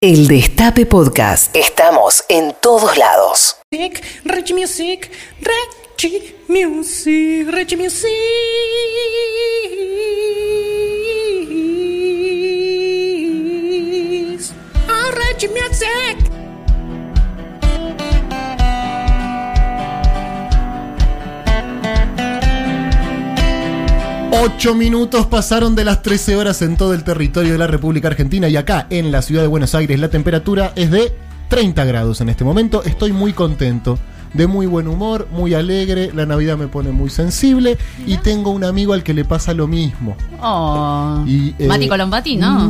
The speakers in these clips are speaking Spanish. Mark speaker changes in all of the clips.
Speaker 1: El Destape Podcast. Estamos en todos lados.
Speaker 2: Music, Rich Music, Rich Music, Rich Music. Oh, Rich Music.
Speaker 3: Ocho minutos pasaron de las 13 horas en todo el territorio de la República Argentina y acá en la ciudad de Buenos Aires la temperatura es de 30 grados en este momento. Estoy muy contento, de muy buen humor, muy alegre, la Navidad me pone muy sensible y tengo un amigo al que le pasa lo mismo.
Speaker 4: Oh.
Speaker 3: Y, eh, Mm.
Speaker 4: Mati Colombati, ¿no?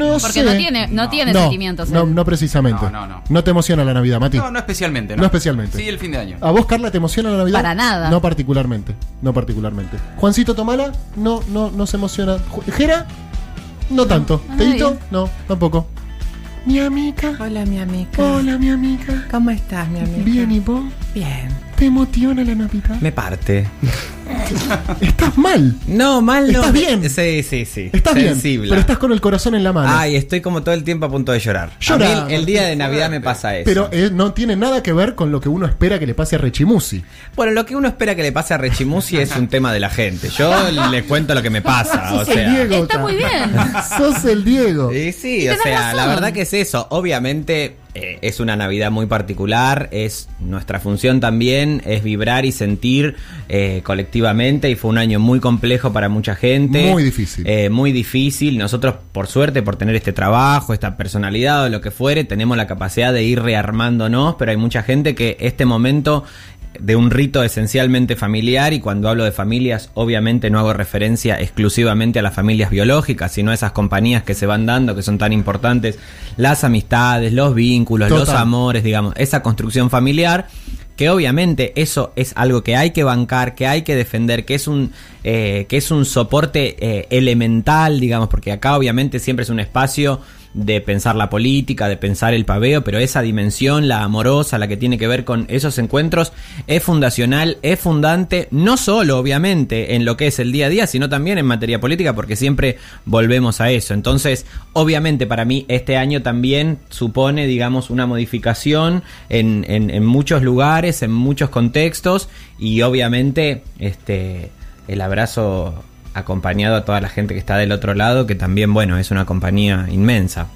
Speaker 3: No
Speaker 4: Porque
Speaker 3: sé.
Speaker 4: no tiene, no tiene
Speaker 3: No,
Speaker 4: sentimientos. ¿eh?
Speaker 3: No,
Speaker 4: él.
Speaker 3: no precisamente.
Speaker 5: No, no, no.
Speaker 3: te emociona la Navidad, Mati.
Speaker 5: No, no especialmente, ¿no?
Speaker 3: No especialmente. Ah,
Speaker 5: Sí, el fin de año.
Speaker 3: ¿A vos, Carla, te emociona la Navidad?
Speaker 4: Para nada.
Speaker 3: No particularmente. No particularmente. Juancito Tomala, no, no, no se emociona. Ju- Jera, no tanto.
Speaker 4: no,
Speaker 3: Teito,
Speaker 4: bien.
Speaker 3: no, tampoco. Mi amiga.
Speaker 6: Hola, mi amiga.
Speaker 3: Hola, mi amiga.
Speaker 6: ¿Cómo estás, mi amiga?
Speaker 3: Bien, ¿y vos?
Speaker 6: Bien.
Speaker 3: ¿Te emociona la Navidad?
Speaker 7: Me parte.
Speaker 3: Estás mal.
Speaker 7: No, mal no.
Speaker 3: ¿Estás bien?
Speaker 7: Sí, sí, sí.
Speaker 3: Estás bien,
Speaker 7: Sensible.
Speaker 3: pero estás con el corazón en la mano.
Speaker 7: Ay, estoy como todo el tiempo a punto de llorar. A
Speaker 3: Llora,
Speaker 7: mí el-
Speaker 3: Martín,
Speaker 7: el día de Navidad me pasa eso.
Speaker 3: pero eh, no tiene nada que ver con lo que uno espera que le pase a Rechimusi.
Speaker 7: bueno, lo que uno espera que le pase a Rechimusi es un tema de la gente. Yo les cuento lo que me pasa, Ah, o
Speaker 3: Sos el
Speaker 7: sea.
Speaker 3: Diego.
Speaker 4: Está muy bien.
Speaker 3: Sos el Diego.
Speaker 7: Sí, sí, o
Speaker 4: tenés
Speaker 7: sea, la
Speaker 4: razón.
Speaker 7: verdad que es eso. Obviamente eh, es una Navidad muy particular, es nuestra función también, es vibrar y sentir eh, colectivamente y fue un año muy complejo para mucha gente.
Speaker 3: Muy difícil.
Speaker 7: Eh, muy difícil. Nosotros, por suerte, por tener este trabajo, esta personalidad o lo que fuere, tenemos la capacidad de ir rearmándonos, pero hay mucha gente que este momento de un rito esencialmente familiar y cuando hablo de familias obviamente no hago referencia exclusivamente a las familias biológicas sino a esas compañías que se van dando que son tan importantes las amistades los vínculos los
Speaker 3: Total.
Speaker 7: amores digamos esa construcción familiar que obviamente eso es algo que hay que bancar, que hay que defender, que es un, eh, que es un soporte eh, elemental, digamos, porque acá obviamente siempre es un espacio de pensar la política, de pensar el paveo, pero esa dimensión, la amorosa, la que tiene que ver con esos encuentros, es fundacional, es fundante, no solo obviamente en lo que es el día a día, sino también en materia política, porque siempre volvemos a eso. Entonces, obviamente para mí este año también supone, digamos, una modificación en, en- en muchos lugares, en muchos contextos, y obviamente este, el abrazo acompañado a toda la gente que está del otro lado, que también, bueno, es una compañía inmensa,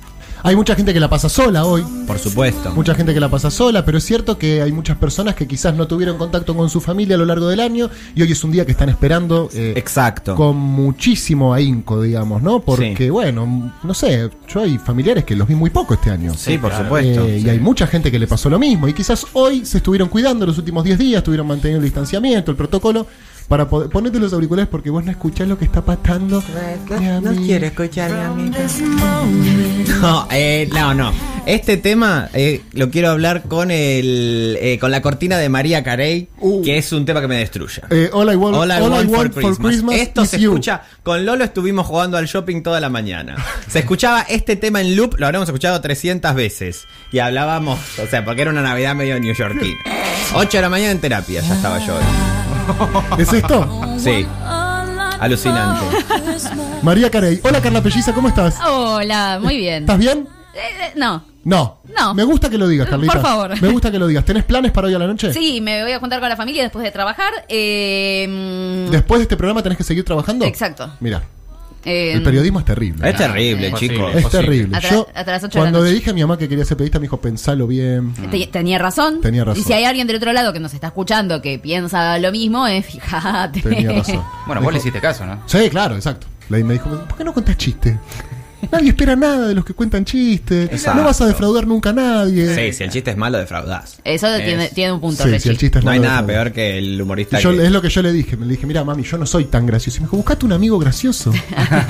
Speaker 3: Hay mucha gente que la pasa sola hoy.
Speaker 7: por supuesto.
Speaker 3: Mucha gente que la pasa sola, pero es cierto que hay muchas personas que quizás no tuvieron contacto con su familia a lo largo del año y hoy es un día que están esperando eh,
Speaker 7: Exacto.
Speaker 3: con muchísimo ahínco, digamos, ¿no? Porque,
Speaker 7: Sí.
Speaker 3: bueno, no sé, yo hay familiares que los vi muy poco este año.
Speaker 7: Sí, por supuesto.
Speaker 3: Eh,
Speaker 7: Sí.
Speaker 3: Y hay mucha gente que le pasó lo mismo. Y quizás hoy se estuvieron cuidando los últimos 10 días, estuvieron manteniendo el distanciamiento, el protocolo. Para poder, ponete los auriculares porque vos no escuchás lo que está pasando. mi
Speaker 6: No
Speaker 3: amigo.
Speaker 6: quiero escuchar, mi amiga.
Speaker 7: No, eh, no, no. Este tema eh, lo quiero hablar con el eh, con la cortina de María Carey,
Speaker 3: Uh.
Speaker 7: que es un tema que me destruya.
Speaker 3: Eh, all I want, all I want for, Christmas.
Speaker 7: Esto
Speaker 3: is
Speaker 7: se
Speaker 3: you.
Speaker 7: escucha. Con Lolo estuvimos jugando al shopping toda la mañana. Se escuchaba este tema en loop, lo habríamos escuchado 300 veces. Y hablábamos, o sea, porque era una Navidad medio neoyorquina. 8 de la mañana en terapia, ya estaba yo. hoy.
Speaker 3: ¿Es esto?
Speaker 7: Sí. Alucinante.
Speaker 3: María Carey. Hola Carla Pelliza, ¿cómo estás?
Speaker 4: Hola, muy bien.
Speaker 3: ¿Estás bien?
Speaker 4: Eh, eh, no.
Speaker 3: No.
Speaker 4: No.
Speaker 3: Me gusta que lo digas,
Speaker 4: Eh,
Speaker 3: Carlita.
Speaker 4: por favor.
Speaker 3: Me gusta que lo digas. ¿Tenés planes para hoy a la noche?
Speaker 4: Sí, me voy a juntar con la familia después de trabajar. eh, mm,
Speaker 3: Después de este programa tenés que seguir trabajando.
Speaker 4: Exacto.
Speaker 3: Mira,
Speaker 4: eh,
Speaker 3: el periodismo es terrible.
Speaker 7: Es terrible, chicos.
Speaker 3: Es terrible.
Speaker 4: Hasta-
Speaker 3: Yo,
Speaker 4: hasta las ocho de la
Speaker 3: cuando le
Speaker 4: noche.
Speaker 3: dije a mi mamá que quería ser periodista, me dijo, pensalo bien.
Speaker 4: mm, te- tenía razón.
Speaker 3: Tenía razón.
Speaker 4: Y si hay alguien del otro lado que nos está escuchando que piensa lo mismo, eh, fíjate.
Speaker 3: Tenía razón.
Speaker 5: Bueno, vos le hiciste caso, ¿no?
Speaker 3: Sí, claro, exacto. Le- Me dijo, ¿por qué no contás chistes? Nadie espera nada de los que cuentan chistes.
Speaker 7: Exacto.
Speaker 3: No vas a defraudar nunca a nadie.
Speaker 7: Sí, si el chiste es malo, defraudás.
Speaker 4: Eso tiene, tiene un punto.
Speaker 3: Sí,
Speaker 4: Rechi.
Speaker 3: si el chiste es
Speaker 7: No hay
Speaker 3: malo,
Speaker 7: nada
Speaker 3: defraudas.
Speaker 7: peor que el humorista
Speaker 3: Y yo-
Speaker 7: que-
Speaker 3: es lo que yo le dije. Me le dije, mira, mami, yo no soy tan gracioso. Y me dijo, buscate un amigo gracioso.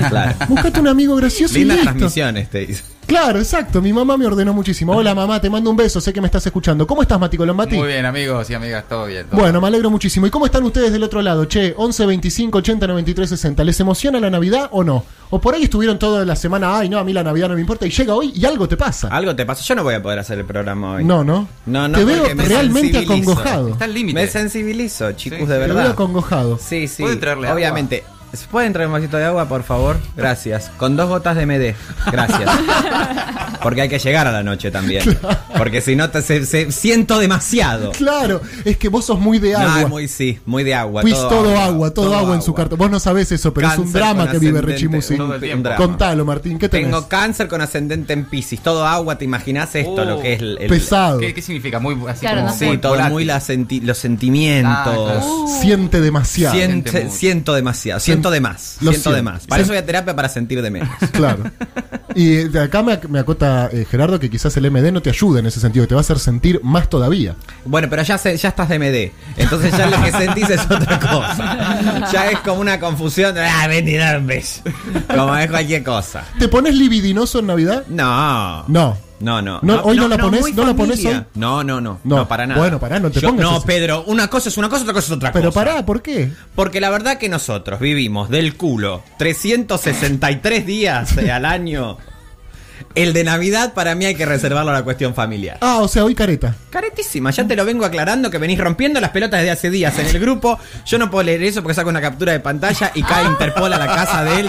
Speaker 7: Claro.
Speaker 3: Buscate un amigo gracioso y
Speaker 7: Lindas
Speaker 3: listo.
Speaker 7: transmisiones, te dice.
Speaker 3: Claro, exacto. Mi mamá me ordenó muchísimo. Hola, mamá, te mando un beso. Sé que me estás escuchando. ¿Cómo estás, Mati Colombati?
Speaker 5: Muy bien, amigos y amigas, todo bien. todo
Speaker 3: Bueno, me alegro muchísimo. ¿Y cómo están ustedes del otro lado? Che, 11, 25, 80, 93, 60. ¿Les emociona la Navidad o no? O por ahí estuvieron toda la semana, ay, no, a mí la Navidad no me importa. Y llega hoy y algo te pasa.
Speaker 7: Algo te pasa. Yo no voy a poder hacer el programa hoy.
Speaker 3: No, no.
Speaker 7: No, no,
Speaker 3: Te veo
Speaker 7: porque me
Speaker 3: realmente
Speaker 7: sensibilizo.
Speaker 3: acongojado.
Speaker 5: Está al límite.
Speaker 7: Me sensibilizo, chicos,
Speaker 5: Sí,
Speaker 7: de
Speaker 3: Te
Speaker 7: verdad.
Speaker 3: veo acongojado.
Speaker 7: Sí, sí.
Speaker 5: ¿Puede traerle agua?
Speaker 7: Obviamente. ¿Se puede entrar un vasito de agua, por favor? Gracias. Con dos gotas de MD. Gracias. Porque hay que llegar a la noche también. Porque si no, te, se, se- siento demasiado.
Speaker 3: Claro, es que vos sos muy de
Speaker 7: No,
Speaker 3: agua.
Speaker 7: muy sí, muy de agua.
Speaker 3: Fuiste todo agua, todo, agua, en su carta. Vos no sabés eso, pero es un
Speaker 7: Cáncer
Speaker 3: drama
Speaker 7: con
Speaker 3: que vive
Speaker 7: ascendente,
Speaker 3: Richie Musi.
Speaker 7: un- un drama.
Speaker 3: Contalo, Martín, ¿qué tenés?
Speaker 7: Tengo cáncer con ascendente en Pisces. Todo agua, ¿te imaginas esto?
Speaker 5: Oh.
Speaker 7: lo que es el. el-
Speaker 3: Pesado.
Speaker 5: ¿Qué, qué significa? Muy así
Speaker 4: Claro,
Speaker 5: como
Speaker 4: no
Speaker 7: Sí,
Speaker 5: muy
Speaker 7: todo
Speaker 5: volátil.
Speaker 7: muy la senti- los sentimientos.
Speaker 5: Ah, claro.
Speaker 3: Siente demasiado.
Speaker 7: Sien-
Speaker 5: Siente
Speaker 7: se-
Speaker 5: mucho.
Speaker 7: siento demasiado, siento de más,
Speaker 3: Lo
Speaker 7: siento, de
Speaker 3: siento.
Speaker 7: más. Para eso voy a terapia para sentir de menos.
Speaker 3: Claro. Y eh, de acá me, ac- me acota eh, Gerardo que quizás el MD no te ayude en ese sentido, que te va a hacer sentir más todavía.
Speaker 7: Bueno, pero ya, se- ya estás de MD. Entonces ya lo que sentís es otra cosa. Ya es como una confusión. Ah, ven y dame. Como es cualquier cosa.
Speaker 3: ¿Te pones libidinoso en Navidad?
Speaker 7: No.
Speaker 3: No.
Speaker 7: No, no.
Speaker 3: No, hoy no la ponés,
Speaker 7: muy
Speaker 3: no la ponés
Speaker 7: familia.
Speaker 3: hoy.
Speaker 7: No, no, no,
Speaker 3: No.
Speaker 7: no. para nada.
Speaker 3: Bueno, pará, no te pongas
Speaker 7: No,
Speaker 3: ese.
Speaker 7: Pedro, una cosa es una cosa, otra cosa es otra
Speaker 3: Pero
Speaker 7: cosa.
Speaker 3: pará, ¿por qué?
Speaker 7: Porque la verdad que nosotros vivimos del culo 363 días eh, al año. El de Navidad para mí hay que reservarlo a la cuestión familiar.
Speaker 3: Ah, o sea, hoy careta.
Speaker 7: Caretísima, ya te lo vengo aclarando que venís rompiendo las pelotas desde hace días en el grupo. Yo no puedo leer eso porque saco una captura de pantalla y cae Interpol a la casa de él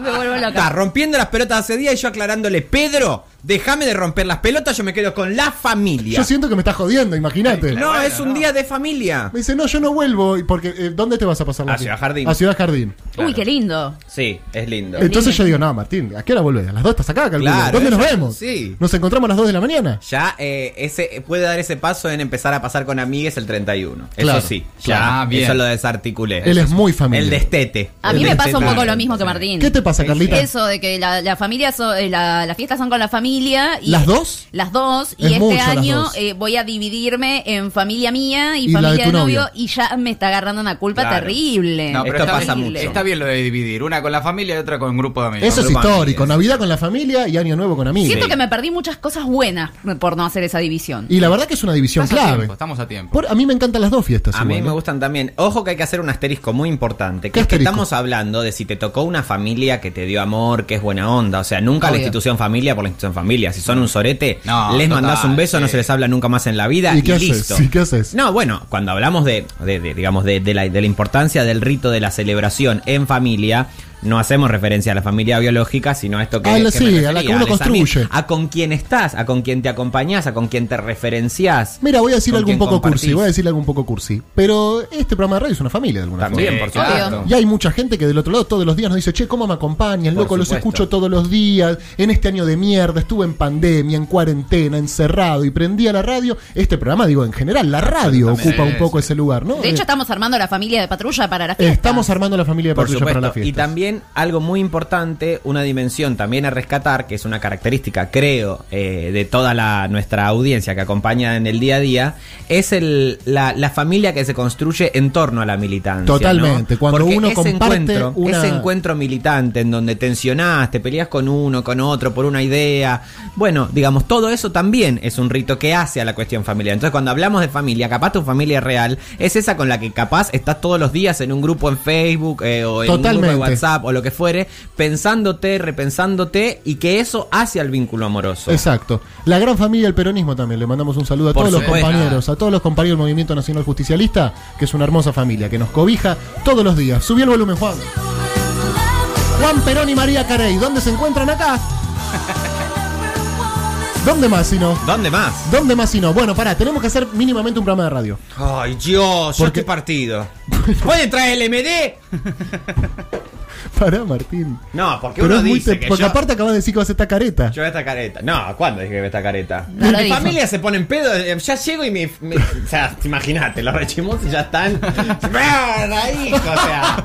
Speaker 4: Me vuelvo loca.
Speaker 7: Está rompiendo las pelotas hace días y yo aclarándole, Pedro, déjame de romper las pelotas, yo me quedo con la familia.
Speaker 3: Yo siento que me estás jodiendo, imagínate.
Speaker 7: no,
Speaker 5: Bueno,
Speaker 7: es un
Speaker 5: no.
Speaker 7: día de familia.
Speaker 3: Me dice, no, yo no vuelvo. y Porque, eh, ¿Dónde te vas a pasar la
Speaker 7: A Ciudad Jardín.
Speaker 3: A Ciudad Jardín.
Speaker 4: Uy, qué lindo.
Speaker 7: Sí, es lindo.
Speaker 3: Entonces yo digo, no, Martín, ¿a qué hora volvés? A las 2 estás acá, calculo.
Speaker 7: Claro,
Speaker 3: ¿Dónde nos
Speaker 7: eso-
Speaker 3: vemos?
Speaker 7: sí.
Speaker 3: Nos encontramos a las 2 de la mañana.
Speaker 7: Ya eh, ese puede dar ese paso en empezar a pasar con amigues el 31.
Speaker 3: Claro,
Speaker 7: eso sí, ya
Speaker 5: claro. Ah, bien.
Speaker 7: eso lo desarticulé.
Speaker 3: Él es muy familiar.
Speaker 7: El destete.
Speaker 4: A
Speaker 7: El
Speaker 4: mí me pasa un
Speaker 7: destete.
Speaker 4: poco lo mismo que Martín.
Speaker 3: ¿Qué te pasa, Carlita?
Speaker 4: Eso de que la, la familia, so- eh, la- las fiestas son con la familia. Y
Speaker 3: ¿Las dos?
Speaker 4: Las dos. Y
Speaker 3: Es
Speaker 4: este
Speaker 3: mucho las
Speaker 4: año
Speaker 3: dos.
Speaker 4: eh, voy a dividirme en familia mía y,
Speaker 3: Y la de
Speaker 4: familia
Speaker 3: tu
Speaker 4: de novio.
Speaker 3: novio.
Speaker 4: Y ya me está agarrando una culpa
Speaker 7: Claro.
Speaker 4: terrible.
Speaker 5: No, pero
Speaker 7: Esto
Speaker 5: está
Speaker 7: pasa
Speaker 5: bien,
Speaker 7: mucho.
Speaker 5: Está bien lo de dividir, una con la familia y otra con un grupo de amigos.
Speaker 3: Eso es
Speaker 7: Con los
Speaker 3: histórico.
Speaker 7: amigues.
Speaker 3: Navidad con la familia y Año Nuevo con amigos.
Speaker 4: Siento que me perdí muchas cosas buenas por no hacer esa división.
Speaker 3: Y la verdad que es una división
Speaker 5: Estás a
Speaker 3: clave.
Speaker 5: tiempo, estamos a tiempo.
Speaker 3: Por- a mí me encantan las dos fiestas.
Speaker 7: A mí
Speaker 3: igual,
Speaker 7: me
Speaker 3: ¿eh?
Speaker 7: gustan también. Ojo que hay que hacer un asterisco muy importante.
Speaker 3: ¿Qué
Speaker 7: Que es que
Speaker 3: asterisco?
Speaker 7: estamos hablando de si te tocó una familia que te dio amor, que es buena onda. O sea, nunca la
Speaker 4: Obvio.
Speaker 7: institución familia por la institución familia. Si son un sorete,
Speaker 5: No,
Speaker 7: les
Speaker 5: total,
Speaker 7: mandás un beso, no
Speaker 5: sí.
Speaker 7: se les habla nunca más en la vida
Speaker 3: ¿Y
Speaker 7: y,
Speaker 3: qué haces?
Speaker 7: listo.
Speaker 3: Sí, ¿qué haces?
Speaker 7: No, bueno, cuando hablamos de, de- de, digamos, de, de la, de la importancia del rito de la celebración en familia. No hacemos referencia a la familia biológica, sino a esto que,
Speaker 3: A Ah, la-
Speaker 7: que
Speaker 3: sí, a la
Speaker 7: me
Speaker 3: que
Speaker 7: refería,
Speaker 3: uno
Speaker 7: les ami-
Speaker 3: construye.
Speaker 7: A con quién estás, a con quién te acompañás, a con quién te referenciás.
Speaker 3: Mira, voy a decir
Speaker 7: con
Speaker 3: algo un
Speaker 7: quién
Speaker 3: poco cursi.
Speaker 7: compartís.
Speaker 3: Voy a decir algo un poco cursi. Pero este programa de radio es una familia de alguna
Speaker 7: También, por
Speaker 5: Sí, claro.
Speaker 3: forma. Y hay mucha gente que del otro lado todos los días nos dice, che, ¿cómo me acompañan?
Speaker 7: Por
Speaker 3: Loco, los
Speaker 7: supuesto.
Speaker 3: escucho todos los días. En este año de mierda, estuve en pandemia, en cuarentena, encerrado y prendía la radio. Este programa, digo, en general, la radio ocupa un
Speaker 5: Sí,
Speaker 3: poco ese lugar, ¿no?
Speaker 4: De hecho,
Speaker 3: Eh,
Speaker 4: estamos armando la familia de patrulla para la fiesta.
Speaker 3: estamos armando la familia de
Speaker 7: Por
Speaker 3: patrulla para la
Speaker 7: supuesto.
Speaker 3: fiesta.
Speaker 7: Y también algo muy importante, una dimensión también a rescatar, que es una característica, creo, eh, de toda la, nuestra audiencia que acompaña en el día a día, es el, la, la familia que se construye en torno a la militancia. ¿no?
Speaker 3: Totalmente. Cuando
Speaker 7: Porque
Speaker 3: uno
Speaker 7: ese
Speaker 3: comparte
Speaker 7: encuentro,
Speaker 3: una-
Speaker 7: ese encuentro militante en donde tensionás, te peleas con uno, con otro, por una idea. Bueno, digamos, todo eso también es un rito que hace a la cuestión familiar. Entonces, cuando hablamos de familia, capaz tu familia real es esa con la que capaz estás todos los días en un grupo en Facebook eh, o en un
Speaker 3: Totalmente.
Speaker 7: grupo de WhatsApp o lo que fuere, pensándote, repensándote y que eso hace al vínculo amoroso.
Speaker 3: Exacto. La gran familia del peronismo también. Le mandamos un saludo a
Speaker 7: Por
Speaker 3: todos los
Speaker 7: supuesto.
Speaker 3: compañeros, a todos los compañeros del Movimiento Nacional Justicialista, que es una hermosa familia que nos cobija todos los días. Subí el volumen, Juan. Juan Perón y María Carey, ¿dónde se encuentran acá? ¿Dónde más si no?
Speaker 7: ¿Dónde más?
Speaker 3: ¿Dónde más si no? Bueno, pará, tenemos que hacer mínimamente un programa de radio.
Speaker 7: Ay, Dios, yo
Speaker 3: Porque-
Speaker 7: estoy partido. ¿Pueden traer el MD?
Speaker 3: Pará, Martín.
Speaker 7: No, porque
Speaker 3: Pero
Speaker 7: uno
Speaker 3: es muy
Speaker 7: dice
Speaker 3: te-
Speaker 7: que
Speaker 3: Porque
Speaker 7: yo-
Speaker 3: aparte acabas de decir que vas a estar careta.
Speaker 7: Yo veo esta careta. No, ¿cuándo dije que veo esta careta?
Speaker 4: No lo
Speaker 7: mi
Speaker 4: dijo.
Speaker 7: familia se pone en pedo. eh, Ya llego y mi. mi- o sea, imagínate, los rechimos y ya están. ¡Mierda, hijo! O sea.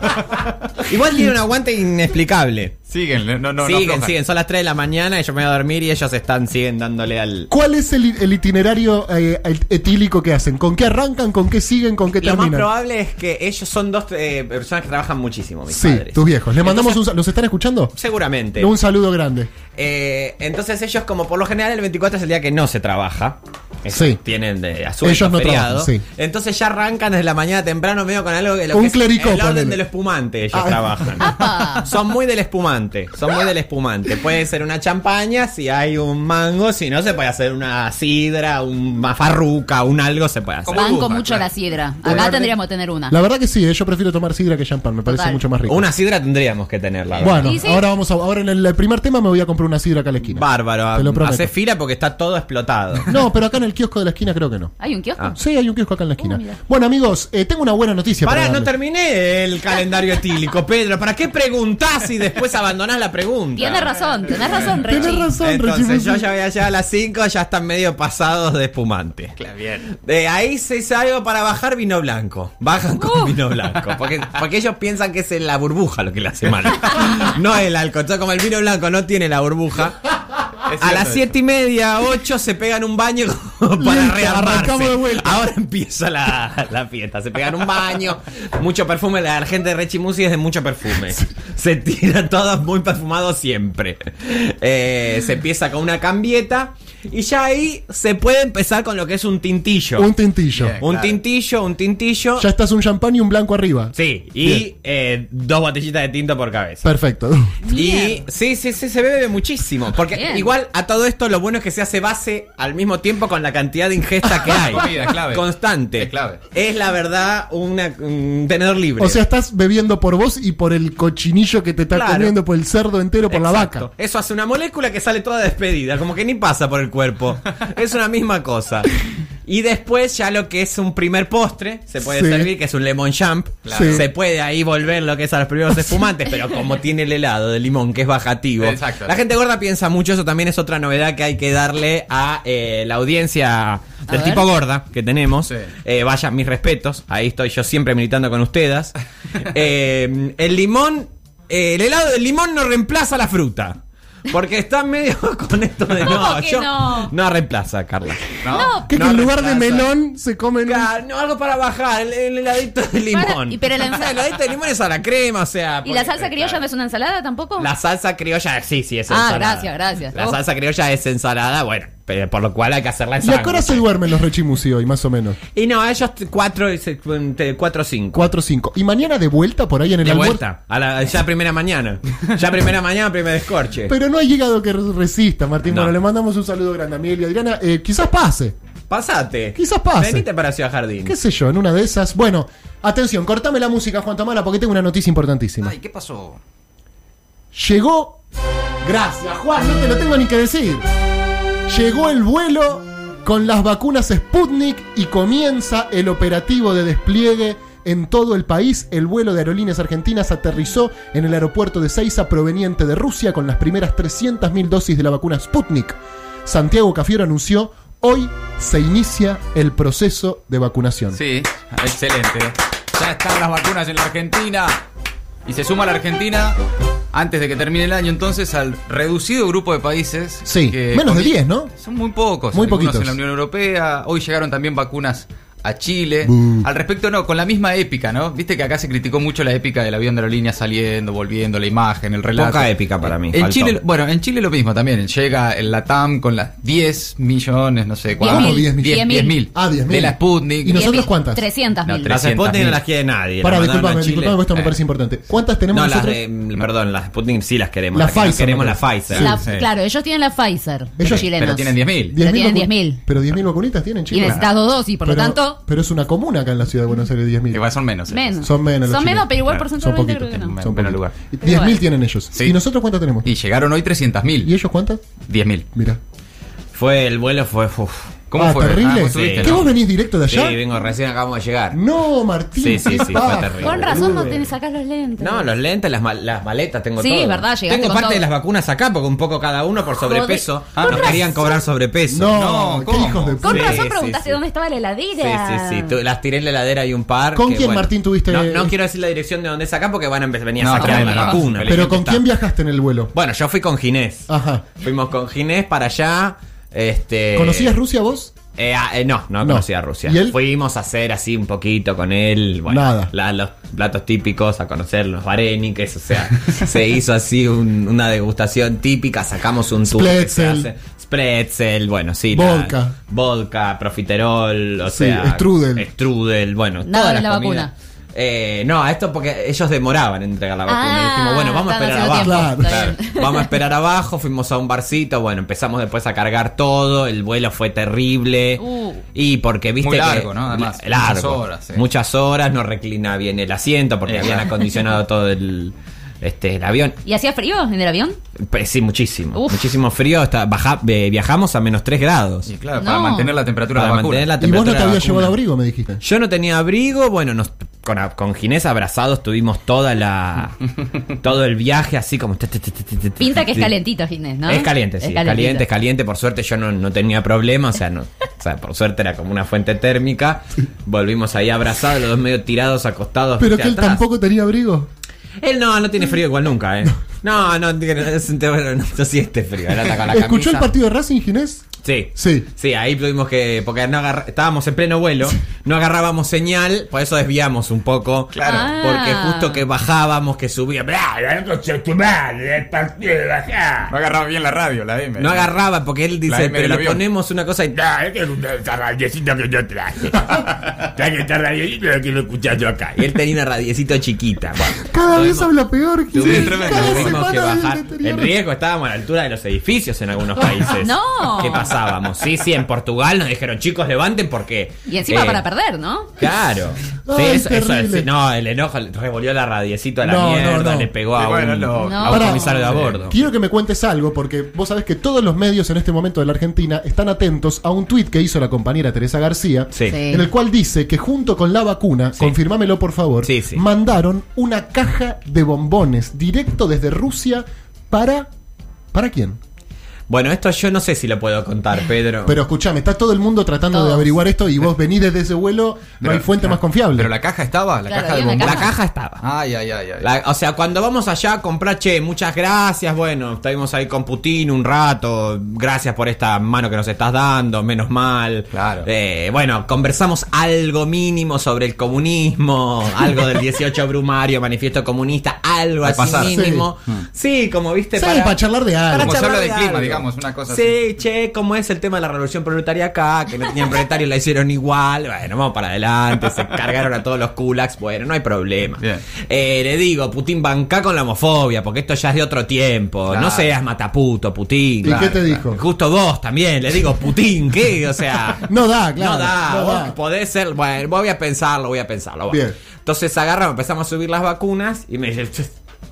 Speaker 7: Igual tiene un aguante inexplicable.
Speaker 5: Siguen, no, no, no
Speaker 7: siguen,
Speaker 5: aflojan.
Speaker 7: siguen. Son las 3 de la mañana y yo me voy a dormir y ellos están, siguen dándole al.
Speaker 3: ¿Cuál es el, el itinerario eh, etílico que hacen? ¿Con qué arrancan? ¿Con qué siguen? ¿Con qué
Speaker 7: Lo más
Speaker 3: terminan?
Speaker 7: probable es que ellos son dos eh, personas que trabajan muchísimo, mis
Speaker 3: Sí,
Speaker 7: padres.
Speaker 3: tus viejos. ¿Le mandamos un sal- ¿Los están escuchando?
Speaker 7: Seguramente.
Speaker 3: Un saludo grande.
Speaker 7: Eh, entonces ellos como por lo general el 24 es el día que no se trabaja.
Speaker 3: Sí.
Speaker 7: Tienen de azul
Speaker 3: Ellos no
Speaker 7: feriado.
Speaker 3: trabajan, sí.
Speaker 7: Entonces ya arrancan desde la mañana temprano medio con algo de lo
Speaker 3: Un
Speaker 7: que es
Speaker 3: clericó,
Speaker 7: el orden
Speaker 3: ponele.
Speaker 7: del espumante ellos
Speaker 3: Ah.
Speaker 7: trabajan. Son muy del espumante, son muy del espumante. Puede ser una champaña si hay un mango, si no se puede hacer una sidra, una farruca, un algo se puede hacer.
Speaker 5: Como
Speaker 4: Banco
Speaker 5: burbuja,
Speaker 4: mucho
Speaker 5: claro.
Speaker 4: la sidra. Acá
Speaker 7: Guarde-
Speaker 4: tendríamos que tener una.
Speaker 3: La verdad que sí, eh, yo prefiero tomar sidra que champán, me parece
Speaker 4: Ah. Total.
Speaker 3: mucho más rico.
Speaker 7: Una sidra tendríamos que tenerla.
Speaker 3: bueno,
Speaker 4: Sí, sí.
Speaker 3: ahora vamos a ahora en el, el primer tema me voy a comprar una sidra acá a la esquina. Te lo
Speaker 7: Bárbaro,
Speaker 3: prometo.
Speaker 7: hace fila porque está todo explotado.
Speaker 3: No, pero acá en el kiosco de la esquina creo que no.
Speaker 4: ¿Hay un kiosco?
Speaker 7: Ah.
Speaker 3: Sí, hay un kiosco acá en la esquina.
Speaker 4: Uh, mira.
Speaker 3: bueno, amigos, eh, tengo una buena noticia para,
Speaker 7: Pará, no
Speaker 3: darles.
Speaker 7: terminé el calendario etílico, Pedro. ¿Para qué preguntás y después abandonás la pregunta?
Speaker 4: Tienes razón, tenés razón, Rechi.
Speaker 3: Tenés razón,
Speaker 7: Entonces
Speaker 3: Rechi,
Speaker 7: yo
Speaker 3: sí.
Speaker 7: ya voy a llegar a las 5, ya están medio pasados de espumante.
Speaker 5: bien.
Speaker 7: De ahí se hizo algo para bajar vino blanco. Bajan con vino blanco. Porque, porque ellos piensan que es la burbuja lo que le hace mal. No el alcohol. Entonces, como el vino blanco no tiene la burbuja, a las siete y media, 8 se pegan un baño como para
Speaker 3: Listo, arrancamos
Speaker 7: rearmarse.
Speaker 3: de vuelta.
Speaker 7: Ahora empieza la, la fiesta. Se pegan un baño, mucho perfume. La gente de Rechi Musi es de mucho perfume. Se tiran todos muy perfumados siempre. Eh, se empieza con una cambieta y ya ahí se puede empezar con lo que es un tintillo.
Speaker 3: Un tintillo.
Speaker 5: Bien.
Speaker 7: Un
Speaker 5: Claro.
Speaker 7: tintillo, un tintillo.
Speaker 3: Ya estás un champán y un blanco arriba.
Speaker 7: Sí,
Speaker 3: Bien.
Speaker 7: y eh, dos botellitas de tinto por cabeza.
Speaker 3: Perfecto.
Speaker 7: Y sí, sí, sí, se bebe muchísimo. Porque
Speaker 4: Bien.
Speaker 7: igual a todo esto lo bueno es que se hace base al mismo tiempo con la cantidad de ingesta que hay.
Speaker 5: Comida, es clave.
Speaker 7: Constante.
Speaker 5: Es clave.
Speaker 7: Es la verdad una- un tenedor libre.
Speaker 3: O sea, estás bebiendo por vos y por el cochinillo que te está
Speaker 7: Claro.
Speaker 3: comiendo, por el cerdo entero, por
Speaker 7: Exacto.
Speaker 3: la vaca.
Speaker 7: Eso hace una molécula que sale toda despedida, como que ni pasa por el cuerpo. Es una misma cosa. Y después ya lo que es un primer postre, se puede
Speaker 3: Sí.
Speaker 7: servir, que es un lemon champ.
Speaker 3: Claro. Sí.
Speaker 7: Se puede ahí volver lo que es a los primeros espumantes, pero como tiene el helado de limón, que es bajativo.
Speaker 5: Exacto.
Speaker 7: La gente gorda piensa mucho, eso también es otra novedad que hay que darle a eh, la audiencia del
Speaker 4: ver.
Speaker 7: tipo gorda que tenemos.
Speaker 5: Sí.
Speaker 7: Eh, vaya, mis respetos. Ahí estoy yo siempre militando con ustedes. Eh, el limón, eh, el helado del limón no reemplaza la fruta. Porque está medio con esto de no.
Speaker 4: ¿Cómo que
Speaker 7: yo-
Speaker 4: no?
Speaker 7: reemplaza, Carla.
Speaker 5: ¿No?
Speaker 3: Que
Speaker 7: No
Speaker 3: en lugar de
Speaker 7: reemplaza.
Speaker 3: melón se comen. un-
Speaker 7: Claro, no, algo para bajar, el, el heladito de limón.
Speaker 4: Para- y pero la ensa-
Speaker 7: el heladito de limón es a la crema, o sea.
Speaker 4: ¿Y la
Speaker 7: porque-
Speaker 4: salsa criolla no es una ensalada tampoco?
Speaker 7: La salsa criolla, sí, sí, es
Speaker 4: Ah,
Speaker 7: ensalada.
Speaker 4: gracias, gracias.
Speaker 7: La
Speaker 4: Oh.
Speaker 7: salsa criolla es ensalada, bueno, pero por lo cual hay que hacerla en
Speaker 3: ¿Y a qué hora
Speaker 7: sándwich.
Speaker 3: se duermen los rechimusi hoy, más o menos?
Speaker 7: Y no, ellos 4 o 5.
Speaker 3: 4 o 5. ¿Y mañana de vuelta por ahí en el
Speaker 7: De
Speaker 3: almuerzo?
Speaker 7: vuelta, a la, ya primera mañana. Ya primera mañana, primer descorche.
Speaker 3: Pero no hay llegado que re- resista, Martín.
Speaker 7: No.
Speaker 3: Bueno, le mandamos un saludo grande a Miguel y Adriana. Eh, quizás pase.
Speaker 7: Pasate.
Speaker 3: Quizás pase.
Speaker 7: Venite para Ciudad Jardín.
Speaker 3: ¿Qué sé yo? En una de esas. Bueno, atención, cortame la música, Juan Tamala, porque tengo una noticia importantísima.
Speaker 5: Ay, ¿qué pasó?
Speaker 3: Llegó. Gracias, Juan, no te lo tengo ni que decir. Llegó el vuelo con las vacunas Sputnik y comienza el operativo de despliegue en todo el país. El vuelo de aerolíneas argentinas aterrizó en el aeropuerto de Seiza proveniente de Rusia con las primeras 300.000 dosis de la vacuna Sputnik. Santiago Cafiero anunció, hoy se inicia el proceso de vacunación.
Speaker 5: Sí, excelente. Ya están las vacunas en la Argentina. Y se suma la Argentina, antes de que termine el año, entonces, al reducido grupo de países.
Speaker 3: Sí,
Speaker 5: que
Speaker 3: menos de
Speaker 5: comi-
Speaker 3: 10, ¿no?
Speaker 5: Son muy pocos.
Speaker 3: Muy
Speaker 5: algunos
Speaker 3: poquitos.
Speaker 5: en la Unión Europea. Hoy llegaron también vacunas a Chile.
Speaker 3: Bu.
Speaker 5: Al respecto, no, con la misma épica, ¿no? Viste que acá se criticó mucho la épica del avión de la línea saliendo, volviendo, la imagen, el relato.
Speaker 7: Poca épica para mí,
Speaker 5: En
Speaker 7: faltó.
Speaker 5: Chile, bueno, en Chile lo mismo también. Llega el LATAM con las 10 millones, no sé cuánto.
Speaker 3: 10.000.
Speaker 5: 10.000. 10.000.
Speaker 3: Ah, 10.000.
Speaker 5: De la Sputnik.
Speaker 3: Y nosotros
Speaker 4: Diez mil-
Speaker 3: cuántas?
Speaker 4: 300.000.
Speaker 5: No,
Speaker 7: Las
Speaker 5: 300.000.
Speaker 7: Sputnik no las quiere nadie.
Speaker 3: Para,
Speaker 7: las mandaron a
Speaker 3: disculpame,
Speaker 7: Chile.
Speaker 3: disculpame, esto me
Speaker 5: Eh.
Speaker 3: parece importante. ¿Cuántas tenemos
Speaker 7: No, las
Speaker 3: nosotros?
Speaker 7: de- mm, perdón, las Sputnik sí las queremos.
Speaker 3: La
Speaker 7: las que no
Speaker 3: Pfizer,
Speaker 7: queremos
Speaker 3: me
Speaker 7: la
Speaker 3: parece.
Speaker 7: Pfizer.
Speaker 4: La-
Speaker 5: Sí.
Speaker 4: Claro, ellos tienen la Pfizer,
Speaker 3: Ellos-
Speaker 4: los chilenos.
Speaker 5: Pero tienen 10.000.
Speaker 4: Pero tienen
Speaker 3: vacu-
Speaker 4: 10.000.
Speaker 3: Pero 10.000 vacunitas tienen, chicos.
Speaker 4: Y necesitas dos dosis, por lo
Speaker 3: pero,
Speaker 4: tanto,
Speaker 3: Pero es una comuna acá en la ciudad de Buenos Aires, 10.000.
Speaker 5: Igual son menos. ellos.
Speaker 4: menos.
Speaker 3: Son menos los
Speaker 4: Son menos,
Speaker 3: chilenos.
Speaker 4: pero igual
Speaker 5: Claro,
Speaker 3: Son
Speaker 4: porcentualmente
Speaker 3: poquitos.
Speaker 4: creo que
Speaker 5: En
Speaker 4: no.
Speaker 5: menos
Speaker 3: Son poquitos.
Speaker 5: lugar.
Speaker 3: 10.000
Speaker 4: bueno.
Speaker 3: tienen ellos.
Speaker 5: Sí.
Speaker 3: ¿Y nosotros cuántas tenemos?
Speaker 5: Y llegaron hoy 300.000.
Speaker 3: ¿Y ellos cuántas?
Speaker 5: 10.000.
Speaker 3: Mira.
Speaker 7: Fue el vuelo, fue. uf.
Speaker 5: ¿Cómo
Speaker 3: Ah,
Speaker 5: fue?
Speaker 3: terrible.
Speaker 5: Ah, vos estuviste,
Speaker 3: ¿Qué
Speaker 5: ¿no?
Speaker 3: vos venís directo de
Speaker 7: Sí,
Speaker 3: allá?
Speaker 7: vengo, recién acabamos de llegar.
Speaker 3: no, Martín. Ah.
Speaker 7: Sí, sí,
Speaker 3: ¿qué
Speaker 7: sí, fue
Speaker 3: pasa?
Speaker 7: terrible.
Speaker 4: Con razón no te sacas los lentes.
Speaker 7: No, los lentes, las, ma- las maletas, tengo
Speaker 4: Sí,
Speaker 7: todo.
Speaker 4: es verdad, llegaste
Speaker 7: Tengo
Speaker 4: con
Speaker 7: parte
Speaker 4: todo.
Speaker 7: de las vacunas acá, porque un poco cada uno por sobrepeso.
Speaker 4: Joder,
Speaker 7: Ah,
Speaker 4: con
Speaker 7: nos querían cobrar sobrepeso.
Speaker 3: No,
Speaker 5: No,
Speaker 3: qué
Speaker 5: ¿cómo?
Speaker 3: hijos de
Speaker 4: Con
Speaker 7: Sí,
Speaker 4: razón
Speaker 7: sí,
Speaker 4: preguntaste
Speaker 7: sí.
Speaker 4: dónde estaba la
Speaker 7: Sí,
Speaker 4: heladera.
Speaker 7: sí, sí. tú- las tiré en la heladera y un par.
Speaker 3: ¿Con
Speaker 7: que,
Speaker 3: quién, Martín, tuviste-
Speaker 7: No, no quiero decir la dirección de dónde es acá porque van a empezar venía
Speaker 5: No,
Speaker 7: a sacar
Speaker 5: claro,
Speaker 7: la
Speaker 5: no,
Speaker 7: vacuna.
Speaker 3: Pero ¿con
Speaker 7: Está.
Speaker 3: quién viajaste en el vuelo?
Speaker 7: Bueno, yo fui con Ginés.
Speaker 3: Ajá.
Speaker 7: Fuimos con Ginés para allá. Este...
Speaker 3: ¿Conocías Rusia vos?
Speaker 7: Eh, ah, eh, no, no,
Speaker 3: No.
Speaker 7: conocía a Rusia.
Speaker 3: ¿Y él?
Speaker 7: Fuimos a hacer así un poquito con él. Bueno,
Speaker 3: Nada.
Speaker 7: la- los platos típicos, a conocer los vareniques. O sea, se hizo así un- una degustación típica. Sacamos un tour. que se
Speaker 3: Spretzel.
Speaker 7: hace. Spretzel, bueno, sí. la-
Speaker 3: Vodka.
Speaker 7: vodka, profiterol, o
Speaker 3: Sí,
Speaker 7: sea.
Speaker 3: strudel.
Speaker 7: Strudel, bueno.
Speaker 4: Nada
Speaker 7: todas
Speaker 4: de
Speaker 7: las
Speaker 4: la
Speaker 7: comidas.
Speaker 4: vacuna.
Speaker 7: Eh, no, a esto porque ellos demoraban en entregar la vacuna.
Speaker 4: Ah,
Speaker 7: y dijimos, bueno, vamos a
Speaker 4: estaban
Speaker 7: esperar abajo.
Speaker 4: haciendo
Speaker 3: tiempo, está
Speaker 7: Claro.
Speaker 4: bien.
Speaker 7: Vamos a esperar abajo, fuimos a un barcito, bueno, empezamos después a cargar todo, el vuelo fue terrible.
Speaker 4: Uh.
Speaker 7: Y porque viste
Speaker 5: Muy
Speaker 7: que-
Speaker 5: largo, ¿no? Además,
Speaker 7: la- largo.
Speaker 5: muchas horas, sí.
Speaker 7: Muchas horas, no reclina bien el asiento porque
Speaker 5: Eh,
Speaker 7: habían
Speaker 5: claro.
Speaker 7: acondicionado todo el este el avión.
Speaker 4: ¿Y hacía frío en el avión?
Speaker 7: Pues sí, muchísimo.
Speaker 4: Uf.
Speaker 7: Muchísimo frío, hasta baja- eh, viajamos a menos 3 grados.
Speaker 5: Y claro, para
Speaker 4: No.
Speaker 5: mantener la temperatura
Speaker 7: Para
Speaker 5: de ah, la vacuna.
Speaker 7: mantener la
Speaker 3: Y vos no te
Speaker 7: temperatura de la
Speaker 3: habías llevado
Speaker 7: vacuna.
Speaker 3: abrigo, me dijiste.
Speaker 7: Yo no tenía abrigo, bueno, nos, con, con Ginés abrazados tuvimos toda la todo el viaje así como
Speaker 4: Pinta que es calentito, Ginés, ¿no?
Speaker 7: Es caliente, sí, es
Speaker 4: calentito.
Speaker 7: caliente, es caliente. Por suerte yo no, no tenía problema, o sea, no, o sea, por suerte era como una fuente térmica. Volvimos ahí abrazados, los dos medio tirados, acostados.
Speaker 3: Pero
Speaker 7: viste,
Speaker 3: que él
Speaker 7: atrás.
Speaker 3: tampoco tenía abrigo.
Speaker 7: Él no, no tiene frío igual nunca, ¿eh? No, no, tiene- es un tema- no, no siente frío. Él anda con la
Speaker 3: ¿Escuchó el
Speaker 7: camisa.
Speaker 3: partido de Racing, Ginés?
Speaker 7: Sí.
Speaker 3: Sí.
Speaker 7: Sí, ahí tuvimos que. Porque no agarra- estábamos en pleno vuelo, no agarrábamos señal, por eso desviamos un poco.
Speaker 4: Claro. Ah.
Speaker 7: Porque justo que bajábamos, que subía. bla, bla, bla,
Speaker 5: No agarraba bien la radio, la M.
Speaker 7: No agarraba, porque él
Speaker 5: La
Speaker 7: dice,
Speaker 5: M
Speaker 7: pero
Speaker 5: del
Speaker 7: le
Speaker 5: avión".
Speaker 7: ponemos una cosa y.
Speaker 8: No, es que es una esa radiecita que yo traje. Traje esta radiecita que quiero escuchar yo acá.
Speaker 7: Y él tenía una radiecita chiquita. Bueno,
Speaker 3: Cada vez
Speaker 7: tuvimos-
Speaker 3: habla peor, Ginés.
Speaker 7: tuvimos-
Speaker 5: tremendo.
Speaker 3: Cada
Speaker 7: tuvimos que
Speaker 3: semana hay un
Speaker 7: bajar. En
Speaker 3: deterioro.
Speaker 7: riesgo estábamos a la altura de los edificios en algunos países.
Speaker 4: No.
Speaker 7: ¿Qué pasábamos? Sí, sí, en Portugal nos dijeron, chicos, levanten porque.
Speaker 4: Y encima
Speaker 7: eh,
Speaker 4: para perder, ¿no?
Speaker 7: Claro. Sí,
Speaker 3: Ay,
Speaker 7: eso- eso-
Speaker 3: terrible.
Speaker 7: sí, no, el enojo le revolvió la radiecita a la
Speaker 3: No, no,
Speaker 7: mierda,
Speaker 3: no.
Speaker 7: le pegó a
Speaker 5: Y bueno,
Speaker 7: un,
Speaker 5: lo-
Speaker 4: No.
Speaker 7: a un
Speaker 3: Pará.
Speaker 7: comisario de a bordo.
Speaker 3: Quiero que me cuentes algo, porque vos sabés que todos los medios en este momento de la Argentina están atentos a un tuit que hizo la compañera Teresa García,
Speaker 7: Sí.
Speaker 4: Sí.
Speaker 3: en el cual dice que junto con la vacuna, confirmámelo por favor,
Speaker 7: Sí, sí.
Speaker 3: mandaron una caja de bombones directo desde Rusia para... ¿Para quién?
Speaker 7: Bueno, esto yo no sé si lo puedo contar, Pedro.
Speaker 3: Pero escúchame, está todo el mundo tratando de
Speaker 4: Todos.
Speaker 3: averiguar esto y vos venís desde ese vuelo, no
Speaker 5: Pero-
Speaker 3: hay fuente más confiable.
Speaker 5: Pero la caja estaba, la
Speaker 4: Claro,
Speaker 5: caja de
Speaker 4: había una
Speaker 5: bombón.
Speaker 7: la caja estaba.
Speaker 5: Ay, ay, ay, ay.
Speaker 7: La- o sea, cuando vamos allá a comprar, che, muchas gracias, bueno, estuvimos ahí con Putin un rato, gracias por esta mano que nos estás dando, menos mal.
Speaker 5: Claro.
Speaker 7: Eh, bueno, conversamos algo mínimo sobre el comunismo, algo del 18 Brumario, manifiesto comunista, algo
Speaker 5: Al
Speaker 7: así
Speaker 5: pasar.
Speaker 7: mínimo. Sí. como viste,
Speaker 3: Sí, para charlar de algo.
Speaker 5: Ah, Como se habla
Speaker 7: charlar
Speaker 5: del
Speaker 7: de
Speaker 5: clima,
Speaker 7: algo.
Speaker 5: digamos, una cosa
Speaker 7: Sí, che, ¿cómo es el tema de la revolución proletaria acá? Que no tenían proletario, la hicieron igual. Bueno, vamos para adelante. Se cargaron a todos los kulaks. Bueno, no hay problema.
Speaker 5: Bien.
Speaker 7: Eh, le digo, Putin banca con la homofobia, porque esto ya es de otro tiempo.
Speaker 5: Claro.
Speaker 7: No seas mataputo, Putin.
Speaker 3: ¿Y qué te dijo?
Speaker 7: Justo vos también. Le digo, Putin, ¿qué? O sea.
Speaker 3: No da, claro,
Speaker 7: No da.
Speaker 3: no
Speaker 7: vos
Speaker 3: da.
Speaker 7: podés ser. Bueno, voy a pensarlo, voy a pensarlo. bueno.
Speaker 3: Bien.
Speaker 7: Entonces agarramos, empezamos a subir las vacunas y me dice,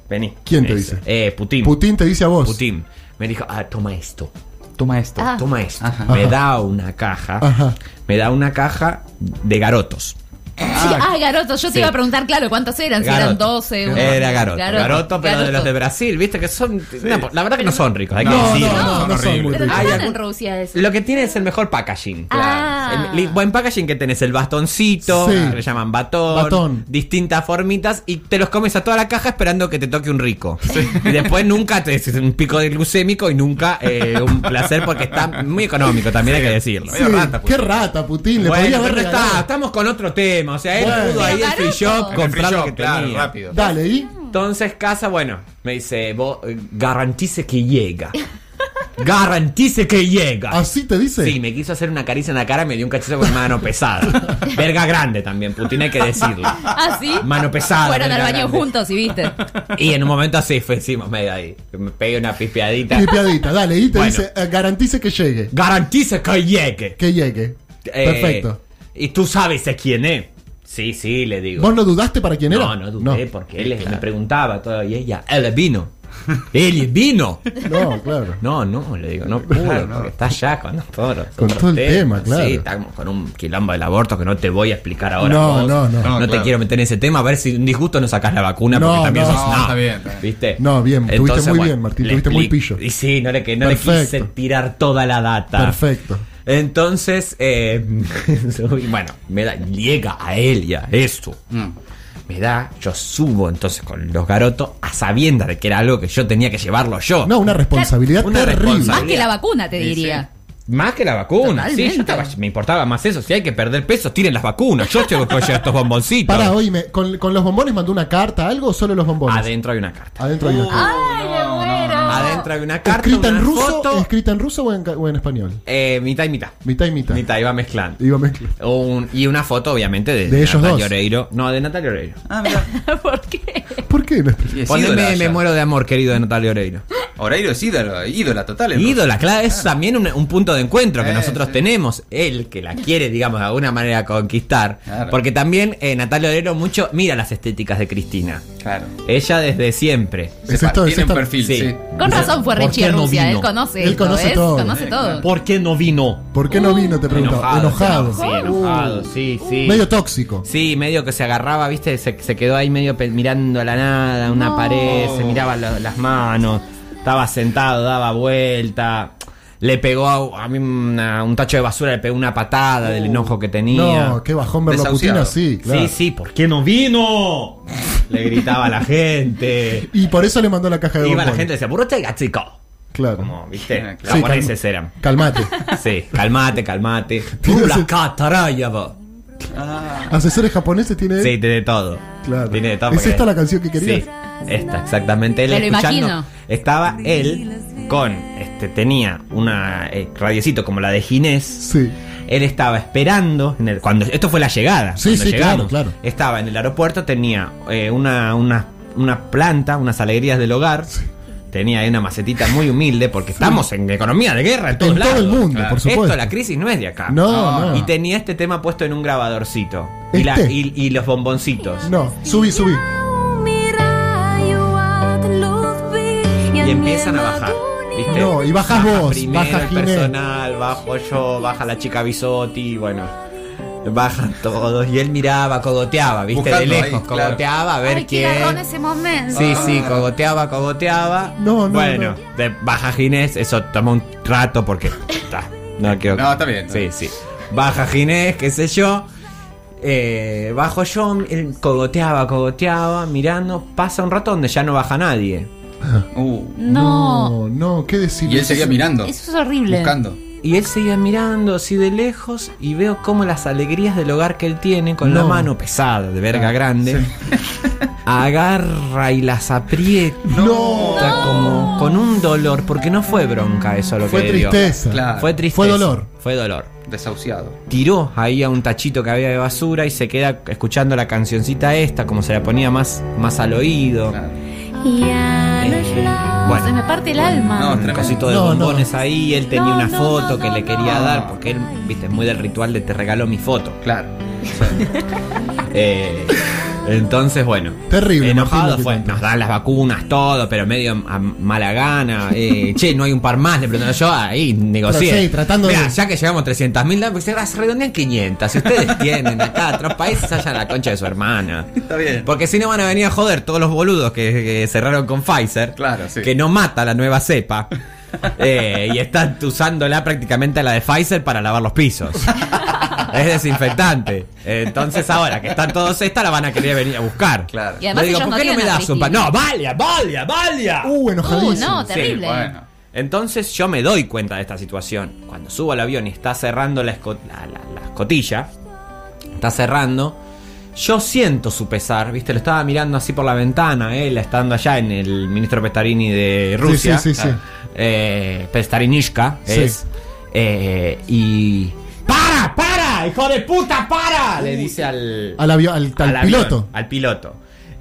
Speaker 7: vení.
Speaker 3: ¿Quién
Speaker 7: Me
Speaker 3: te dice?
Speaker 7: Eh, Putin.
Speaker 3: Putin te dice a vos.
Speaker 7: Putin. Me dijo, ah, toma esto.
Speaker 5: Toma esto.
Speaker 4: Ah.
Speaker 7: Toma esto.
Speaker 5: Ajá.
Speaker 7: Me da una caja.
Speaker 3: Ajá.
Speaker 7: Me da una caja de garotos.
Speaker 4: Sí, ah, Garoto, yo
Speaker 7: Sí.
Speaker 4: te iba a preguntar, claro, ¿cuántos eran? Si eran
Speaker 7: Garoto.
Speaker 4: 12. uno.
Speaker 7: Era garoto. Garoto, pero de los de
Speaker 4: Garoto.
Speaker 7: Brasil, viste que son. no, la verdad que no son ricos. Hay que
Speaker 3: No, no,
Speaker 7: decirlo.
Speaker 3: no, no, son muy
Speaker 5: No, horrible.
Speaker 4: Pero no
Speaker 3: ricos.
Speaker 7: Hay
Speaker 4: están
Speaker 7: algún-
Speaker 4: en Rusia eso.
Speaker 7: Lo que tiene es el mejor packaging.
Speaker 4: Ah.
Speaker 7: El li- buen packaging que tenés el bastoncito,
Speaker 3: Sí.
Speaker 7: que le llaman batón,
Speaker 3: Batón.
Speaker 7: distintas formitas, y te los comes a toda la caja esperando que te toque un rico. Y después nunca te es un pico de glucémico y nunca eh, un placer porque está muy económico, también hay que decirlo. pues.
Speaker 3: Sí,
Speaker 5: rata, Putin.
Speaker 3: qué rata, Putin. Le podía
Speaker 7: Bueno,
Speaker 3: haber
Speaker 7: pero está,
Speaker 3: regalado.
Speaker 7: estamos con otro tema. O sea, él
Speaker 3: Bueno.
Speaker 7: pudo ahí
Speaker 4: Pero
Speaker 7: el free
Speaker 4: barato.
Speaker 5: En el
Speaker 7: shop
Speaker 5: free
Speaker 7: comprar lo
Speaker 5: shop,
Speaker 7: que
Speaker 5: claro,
Speaker 7: tenía.
Speaker 5: rápido.
Speaker 3: Dale, ¿y?
Speaker 7: Entonces, casa, bueno, me dice, vos eh, garantice que llega. garantice que llega.
Speaker 3: ¿Así te dice?
Speaker 7: Ah. Sí, me quiso hacer una caricia en la cara y me dio un cachazo con mano pesada. Verga grande también, Putin, hay que decirlo.
Speaker 4: Ah, sí.
Speaker 7: Mano pesada.
Speaker 4: Fueron al
Speaker 7: verga
Speaker 4: baño
Speaker 7: grande.
Speaker 4: juntos y viste.
Speaker 7: Y en un momento así fue, hicimos medio ahí. Me pegué una pispeadita.
Speaker 3: Tripiadita, dale, y te
Speaker 7: Bueno.
Speaker 3: dice, eh, garantice que llegue.
Speaker 7: garantice que llegue.
Speaker 3: Que llegue.
Speaker 7: Eh,
Speaker 3: Perfecto.
Speaker 7: Y tú sabes de quién es. Sí, sí, le digo.
Speaker 3: ¿Vos no dudaste para quién era?
Speaker 7: No, no dudé, porque él me preguntaba todo y ella, él vino. Él vino.
Speaker 3: No, claro.
Speaker 7: No, no, le digo, no pudo,
Speaker 5: Claro, no.
Speaker 7: porque está ya con todos
Speaker 3: Con todo el tema, claro.
Speaker 7: Sí, estamos con un quilombo del aborto que no te voy a explicar ahora.
Speaker 3: No,
Speaker 7: vos.
Speaker 3: no, no. No,
Speaker 7: No, te
Speaker 5: claro.
Speaker 7: quiero meter en ese tema, a ver si un disgusto no sacas la vacuna,
Speaker 3: No,
Speaker 7: porque también
Speaker 3: no.
Speaker 7: sos-
Speaker 5: No, está bien, está bien.
Speaker 7: ¿Viste?
Speaker 3: No, bien, tuviste muy bien, Martín,
Speaker 7: le
Speaker 3: tuviste muy
Speaker 7: expli-
Speaker 3: pillo.
Speaker 7: Y sí, no le, que, no le quise
Speaker 3: Perfecto.
Speaker 7: tirar toda la data.
Speaker 3: Perfecto.
Speaker 7: Entonces, eh, y bueno, me da, llega a él y a esto. Me da, yo subo entonces con los garotos a sabiendas de que era algo que yo tenía que llevarlo yo.
Speaker 3: No, una responsabilidad
Speaker 7: Una
Speaker 3: terrible.
Speaker 7: responsabilidad.
Speaker 4: Más que la vacuna, te
Speaker 5: Sí,
Speaker 4: diría.
Speaker 7: Más que la vacuna. Sí, yo estaba- me importaba más eso. Si hay que perder peso, tiren las vacunas. Yo tengo que llevar estos bomboncitos.
Speaker 3: Pará, oíme, ¿con, ¿con los bombones mandó una carta, algo o solo los bombones?
Speaker 7: Adentro hay una carta.
Speaker 3: Adentro hay una carta.
Speaker 4: ¡Ay, me muero!
Speaker 7: Adentro hay una carta.
Speaker 3: ¿Escrita en
Speaker 7: una
Speaker 3: ruso,
Speaker 7: foto.
Speaker 3: escrita en ruso o en, ca- o en español?
Speaker 7: Eh, mitad y mitad.
Speaker 3: Mitad y mitad.
Speaker 7: Mitad, iba mezclando.
Speaker 3: Digo, mezcla.
Speaker 7: Un- y una foto, obviamente, de,
Speaker 3: De ellos
Speaker 7: Natalia
Speaker 3: dos.
Speaker 7: Oreiro. No, de Natalia Oreiro.
Speaker 5: Ah, mira.
Speaker 4: ¿Por qué?
Speaker 3: ¿Por qué?
Speaker 5: Y es ídola
Speaker 7: Poneme
Speaker 5: ella.
Speaker 7: Me muero de amor, querido de Natalia Oreiro.
Speaker 5: Oreiro es ídola, ídola total. en
Speaker 7: Ídola, claro, es también un, un punto de encuentro que
Speaker 5: Eh,
Speaker 7: nosotros
Speaker 5: sí.
Speaker 7: tenemos. Él que la quiere, digamos, de alguna manera conquistar.
Speaker 5: Claro.
Speaker 7: Porque también eh, Natalia Oreiro mucho mira las estéticas de Cristina.
Speaker 5: Rusia. Claro.
Speaker 7: Ella desde siempre.
Speaker 3: Es
Speaker 5: Se
Speaker 3: esto,
Speaker 5: pa-
Speaker 3: es
Speaker 5: tiene un
Speaker 3: esto.
Speaker 5: perfil, sí.
Speaker 7: Sí.
Speaker 4: Con razón fue
Speaker 7: ¿Por
Speaker 4: Richie
Speaker 7: qué
Speaker 4: de
Speaker 7: no
Speaker 4: Rusia,
Speaker 7: vino?
Speaker 4: él conoce
Speaker 3: Él
Speaker 4: esto,
Speaker 3: conoce
Speaker 4: ¿ves?
Speaker 3: todo.
Speaker 4: Conoce todo.
Speaker 7: ¿Por qué no vino?
Speaker 3: ¿Por qué no vino? Te pregunto. Enojado.
Speaker 7: Sí, Uh, enojado, sí, sí.
Speaker 3: Medio tóxico.
Speaker 7: Sí, medio que se agarraba, viste, se, se quedó ahí medio pe- mirando a la nada, una pared, se miraba lo- las manos, estaba sentado, daba vuelta. Le pegó a, a mí una- un tacho de basura, le pegó una patada del enojo que tenía.
Speaker 3: No, qué bajón verlo a Putin
Speaker 5: Desahuciado.
Speaker 3: así, claro.
Speaker 7: Sí, sí, ¿por qué no vino? Le gritaba a la gente.
Speaker 3: Y por eso le mandó la caja de
Speaker 7: Iba
Speaker 3: bombones.
Speaker 7: la gente y decía, "Burrate, gachico.
Speaker 3: Claro.
Speaker 7: Como, viste,
Speaker 5: Ah, claro.
Speaker 3: Sí,
Speaker 7: japoneses
Speaker 3: calma-
Speaker 7: eran.
Speaker 3: Calmate.
Speaker 7: Sí, calmate, calmate.
Speaker 3: Tiene
Speaker 7: Tú la
Speaker 3: ese-
Speaker 7: cataraya, vos.
Speaker 3: Asesores japoneses tiene.
Speaker 7: Sí, tiene todo.
Speaker 3: ¿Eh? Claro.
Speaker 7: Tiene de todo
Speaker 3: ¿Es
Speaker 7: porque-
Speaker 3: esta la canción que querías?
Speaker 7: Sí, esta, exactamente. Él
Speaker 4: Me lo
Speaker 7: escuchando-
Speaker 4: imagino.
Speaker 7: Estaba él con, este, tenía una eh, radiecito como la de Ginés.
Speaker 3: Sí.
Speaker 7: Él estaba esperando, en el- cuando esto fue la llegada.
Speaker 3: Sí,
Speaker 7: cuando
Speaker 3: sí,
Speaker 7: llegamos.
Speaker 3: claro, claro.
Speaker 7: Estaba en el aeropuerto, tenía eh, una, una, una planta, unas alegrías del hogar. Tenía ahí una macetita muy humilde porque estamos en economía de guerra en todos
Speaker 3: En todo
Speaker 7: lados.
Speaker 3: el mundo,
Speaker 5: claro.
Speaker 3: por supuesto.
Speaker 7: Esto, la crisis Ah, no es de acá.
Speaker 3: No, no.
Speaker 7: Y tenía este tema puesto en un grabadorcito. Y, la-
Speaker 3: Ah. ¿Este?
Speaker 7: y- y los bomboncitos.
Speaker 3: No, subí, subí.
Speaker 7: Y empiezan a bajar. ¿viste?
Speaker 3: No, y bajas
Speaker 7: Baja
Speaker 3: vos,
Speaker 7: Primero
Speaker 3: baja
Speaker 7: el
Speaker 3: Ginés.
Speaker 7: personal, bajo yo, baja la chica Bisotti, bueno. Bajan todos. Y él miraba, cogoteaba, ¿viste? de
Speaker 5: Buscando ahí,
Speaker 7: lejos,
Speaker 5: claro.
Speaker 7: cogoteaba a ver
Speaker 4: Ay, qué
Speaker 7: quién.
Speaker 4: garrón ese momento.
Speaker 7: Sí, sí, cogoteaba, cogoteaba.
Speaker 3: No, no,
Speaker 7: Bueno,
Speaker 3: no.
Speaker 7: de- baja Ginés, eso toma un rato porque. ta, no quiero.
Speaker 5: No, está bien, está
Speaker 7: Sí,
Speaker 5: bien.
Speaker 7: sí. Baja Ginés, qué sé yo. eh, bajo yo, él cogoteaba, cogoteaba, mirando. Pasa un rato donde ya no baja nadie.
Speaker 5: Uh,
Speaker 4: No,
Speaker 3: No, no, qué decir.
Speaker 5: y él seguía mirando.
Speaker 4: eso es horrible.
Speaker 5: Buscando.
Speaker 7: Y él seguía mirando así de lejos y veo como las alegrías del hogar que él tiene con la
Speaker 3: No. Ah,
Speaker 7: mano pesada, de verga grande, agarra y las aprieta
Speaker 3: No,
Speaker 7: como con un dolor, porque no fue bronca eso lo
Speaker 3: fue
Speaker 7: que le dio.
Speaker 3: tristeza.
Speaker 5: Claro.
Speaker 7: Fue tristeza.
Speaker 3: Fue dolor.
Speaker 7: Fue dolor.
Speaker 5: Desahuciado.
Speaker 7: Tiró ahí a un tachito que había de basura y se queda escuchando la cancioncita esta, como se la ponía más, más al oído.
Speaker 5: Claro.
Speaker 7: Eh,
Speaker 4: Se
Speaker 7: bueno,
Speaker 4: me parte el alma.
Speaker 5: No,
Speaker 7: un
Speaker 5: tremendo.
Speaker 7: cosito de
Speaker 3: No, no.
Speaker 7: bombones ahí, él tenía
Speaker 4: No,
Speaker 7: una
Speaker 4: no,
Speaker 7: foto
Speaker 4: no,
Speaker 7: que
Speaker 4: no,
Speaker 7: le
Speaker 4: no.
Speaker 7: quería dar, porque él, viste, es muy del ritual de te regalo mi foto.
Speaker 5: Claro.
Speaker 7: Eh, entonces, bueno.
Speaker 3: Terrible,
Speaker 7: Enojado
Speaker 3: Martín, lo que
Speaker 7: fue.
Speaker 3: contás.
Speaker 7: Nos dan las vacunas, todo, pero medio a mala gana. Eh, che, no hay un par más. Le preguntaron yo ahí, negocié.
Speaker 3: Pero sí, tratando
Speaker 7: Mirá,
Speaker 3: de-
Speaker 7: ya que llegamos a 300 mil, porque se las redondean 500. Si ustedes tienen acá otros países, allá la concha de su hermana.
Speaker 5: Está bien.
Speaker 7: Porque si no van a venir a joder todos los boludos que, que cerraron con Pfizer.
Speaker 5: Claro, sí.
Speaker 7: Que no mata la nueva cepa. Eh, y están usándola prácticamente a la de Pfizer para lavar los pisos. es desinfectante. Entonces ahora que están todos esta la van a querer venir a buscar.
Speaker 5: Claro.
Speaker 4: Y además
Speaker 7: Le digo,
Speaker 4: ellos no
Speaker 7: ¿por qué no me
Speaker 4: tienen
Speaker 7: das un pa-?"
Speaker 4: artritis.
Speaker 7: No, valia, valia, valia.
Speaker 3: Uh,
Speaker 4: Uh,
Speaker 3: enojadísimo.
Speaker 4: no, terrible.
Speaker 5: Bueno.
Speaker 7: Entonces yo me doy cuenta de esta situación. Cuando subo al avión y está cerrando la, esco- la- la- la escotilla, está cerrando, yo siento su pesar, ¿viste? Lo estaba mirando así por la ventana, ¿eh? él estando allá en el ministro Pestarini de Rusia.
Speaker 3: sí, sí, sí.
Speaker 7: Eh, Pestarinishka
Speaker 3: Sí.
Speaker 7: es. Eh, y... ¡Para, para! ¡Hijo de puta, para! Le dice al...
Speaker 3: Al, avio- al, al
Speaker 7: al avión,
Speaker 3: piloto.
Speaker 7: al piloto.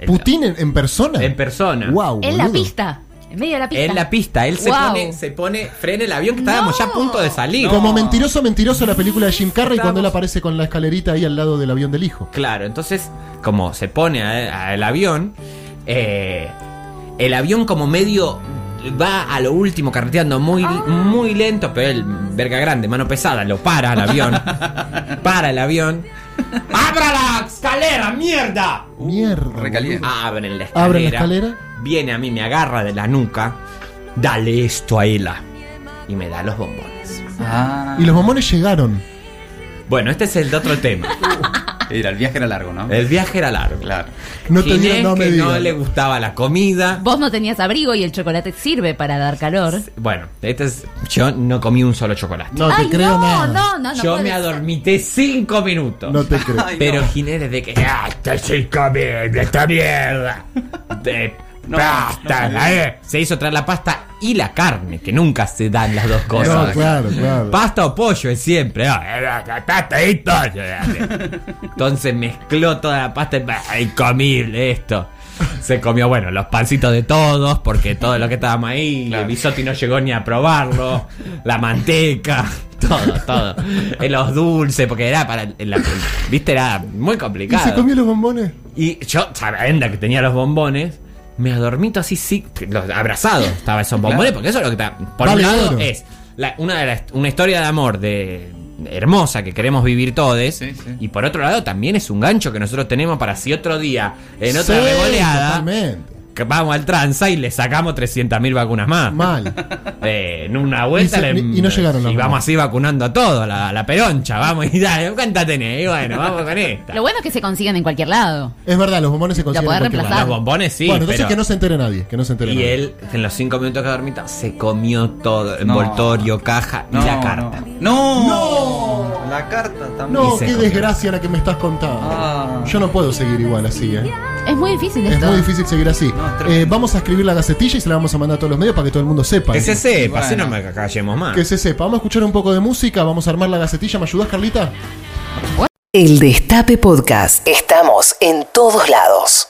Speaker 3: Putin en, en persona.
Speaker 7: En persona.
Speaker 3: Wow.
Speaker 4: En la pista. En medio de la pista.
Speaker 7: En la pista, él se
Speaker 4: Wow.
Speaker 7: pone, se pone, frena el avión que estábamos ya a punto de salir.
Speaker 3: Como mentiroso, mentiroso la película de Jim Carrey cuando él
Speaker 7: Estamos-
Speaker 3: aparece con la escalerita ahí al lado del avión del hijo.
Speaker 7: Claro, entonces, como se pone a- a el avión, eh, el avión como medio va a lo último carreteando muy,
Speaker 3: Ah.
Speaker 7: muy lento, pero él, verga grande, mano pesada, lo para el avión. para el avión. ¡Abra la escalera, mierda!
Speaker 3: Mierda.
Speaker 5: Recaliente.
Speaker 7: Abren la escalera.
Speaker 3: Abren la escalera.
Speaker 7: Viene a mí, me agarra de la nuca. Dale esto a ella. Y me da los bombones.
Speaker 5: Ah.
Speaker 3: boludo. Y los bombones llegaron.
Speaker 7: Bueno, este es el otro tema.
Speaker 5: Era, el viaje era largo, ¿no?
Speaker 7: El viaje era largo.
Speaker 5: Claro.
Speaker 3: No te
Speaker 7: Ginés,
Speaker 3: digo, no me
Speaker 7: que no
Speaker 3: digas.
Speaker 7: le gustaba la comida.
Speaker 4: Vos no tenías abrigo y el chocolate sirve para dar calor.
Speaker 7: Bueno, este es, yo no comí un solo chocolate.
Speaker 3: No
Speaker 4: Ay,
Speaker 3: te creo
Speaker 4: no,
Speaker 3: nada.
Speaker 4: no,
Speaker 5: Ah,
Speaker 4: no, no.
Speaker 7: yo
Speaker 4: puede
Speaker 7: me
Speaker 4: ser.
Speaker 7: adormité cinco minutos.
Speaker 3: No te creo.
Speaker 5: Ay,
Speaker 7: pero
Speaker 5: no.
Speaker 7: Ginés desde que... "Ah, este
Speaker 8: ¡Basta, soy comiendo esta mierda!
Speaker 7: de-
Speaker 5: No,
Speaker 8: ¡Basta!
Speaker 5: no, no.
Speaker 8: eh.
Speaker 7: se hizo traer la pasta y la carne, que nunca se dan las dos
Speaker 3: No,
Speaker 7: cosas.
Speaker 3: claro, claro.
Speaker 7: Pasta o pollo es siempre. ah.
Speaker 8: ¡Basta y todo!
Speaker 7: Entonces mezcló toda la pasta. y, "Ah, Incomible esto. Se comió, bueno, los pancitos de todos, porque todo lo que estábamos ahí,
Speaker 5: Claro.
Speaker 7: el bisotti no llegó ni a probarlo, la manteca, todo, todo. Eh, Los dulces, porque era para. el- la- ¿Viste? Era
Speaker 3: ¿Y
Speaker 7: muy
Speaker 3: se
Speaker 7: complicado.
Speaker 3: comió los bombones?
Speaker 7: Y yo, sabiendo que tenía los bombones, me adormito así, sí, los abrazado. Estaba esos bombones,
Speaker 5: Claro.
Speaker 7: porque eso es lo que está. Por
Speaker 3: Vale
Speaker 7: un lado
Speaker 3: oro.
Speaker 7: es la- una, de las- una historia de amor de hermosa que queremos vivir todos.
Speaker 5: Sí, sí.
Speaker 7: Y por otro lado también es un gancho que nosotros tenemos para si otro día, en otra
Speaker 3: Sí,
Speaker 7: revoleada,
Speaker 3: Totalmente.
Speaker 7: que vamos al tranza y le sacamos 300.000 vacunas más.
Speaker 3: Mal.
Speaker 7: Eh, en una vuelta
Speaker 3: Y se-
Speaker 7: le-
Speaker 3: y no llegaron las
Speaker 7: y vamos
Speaker 3: vacunas.
Speaker 7: así vacunando a todos, la, la peroncha, vamos y dale, cuánta tenés, y bueno, vamos con esta.
Speaker 4: Lo bueno es que se consiguen en cualquier lado.
Speaker 3: Es verdad, los bombones se consiguen.
Speaker 4: podés
Speaker 3: en cualquier
Speaker 4: reemplazar.
Speaker 7: Los bombones sí,
Speaker 3: bueno, entonces
Speaker 7: pero-
Speaker 3: que no se entere nadie, que no se entere
Speaker 7: Y
Speaker 3: nadie.
Speaker 7: él, en los cinco minutos que dormita, se comió todo: envoltorio, caja y la carta.
Speaker 5: No. no. La carta también.
Speaker 3: No,
Speaker 7: Y se
Speaker 3: qué
Speaker 7: comió.
Speaker 3: desgracia la que me estás contando.
Speaker 5: Ah.
Speaker 3: Yo no puedo seguir igual así, ¿eh?
Speaker 4: Es muy difícil
Speaker 3: Es
Speaker 4: esto.
Speaker 3: muy difícil seguir así.
Speaker 5: No, es
Speaker 3: Eh,
Speaker 5: tremendo.
Speaker 3: vamos a escribir la gacetilla y se la vamos a mandar a todos los medios para que todo el mundo sepa.
Speaker 7: Que se sepa,
Speaker 5: Bueno.
Speaker 7: si no me callemos más.
Speaker 3: Que se sepa. Vamos a escuchar un poco de música, vamos a armar la gacetilla. ¿Me ayudás, Carlita?
Speaker 1: El Destape Podcast. Estamos en todos lados.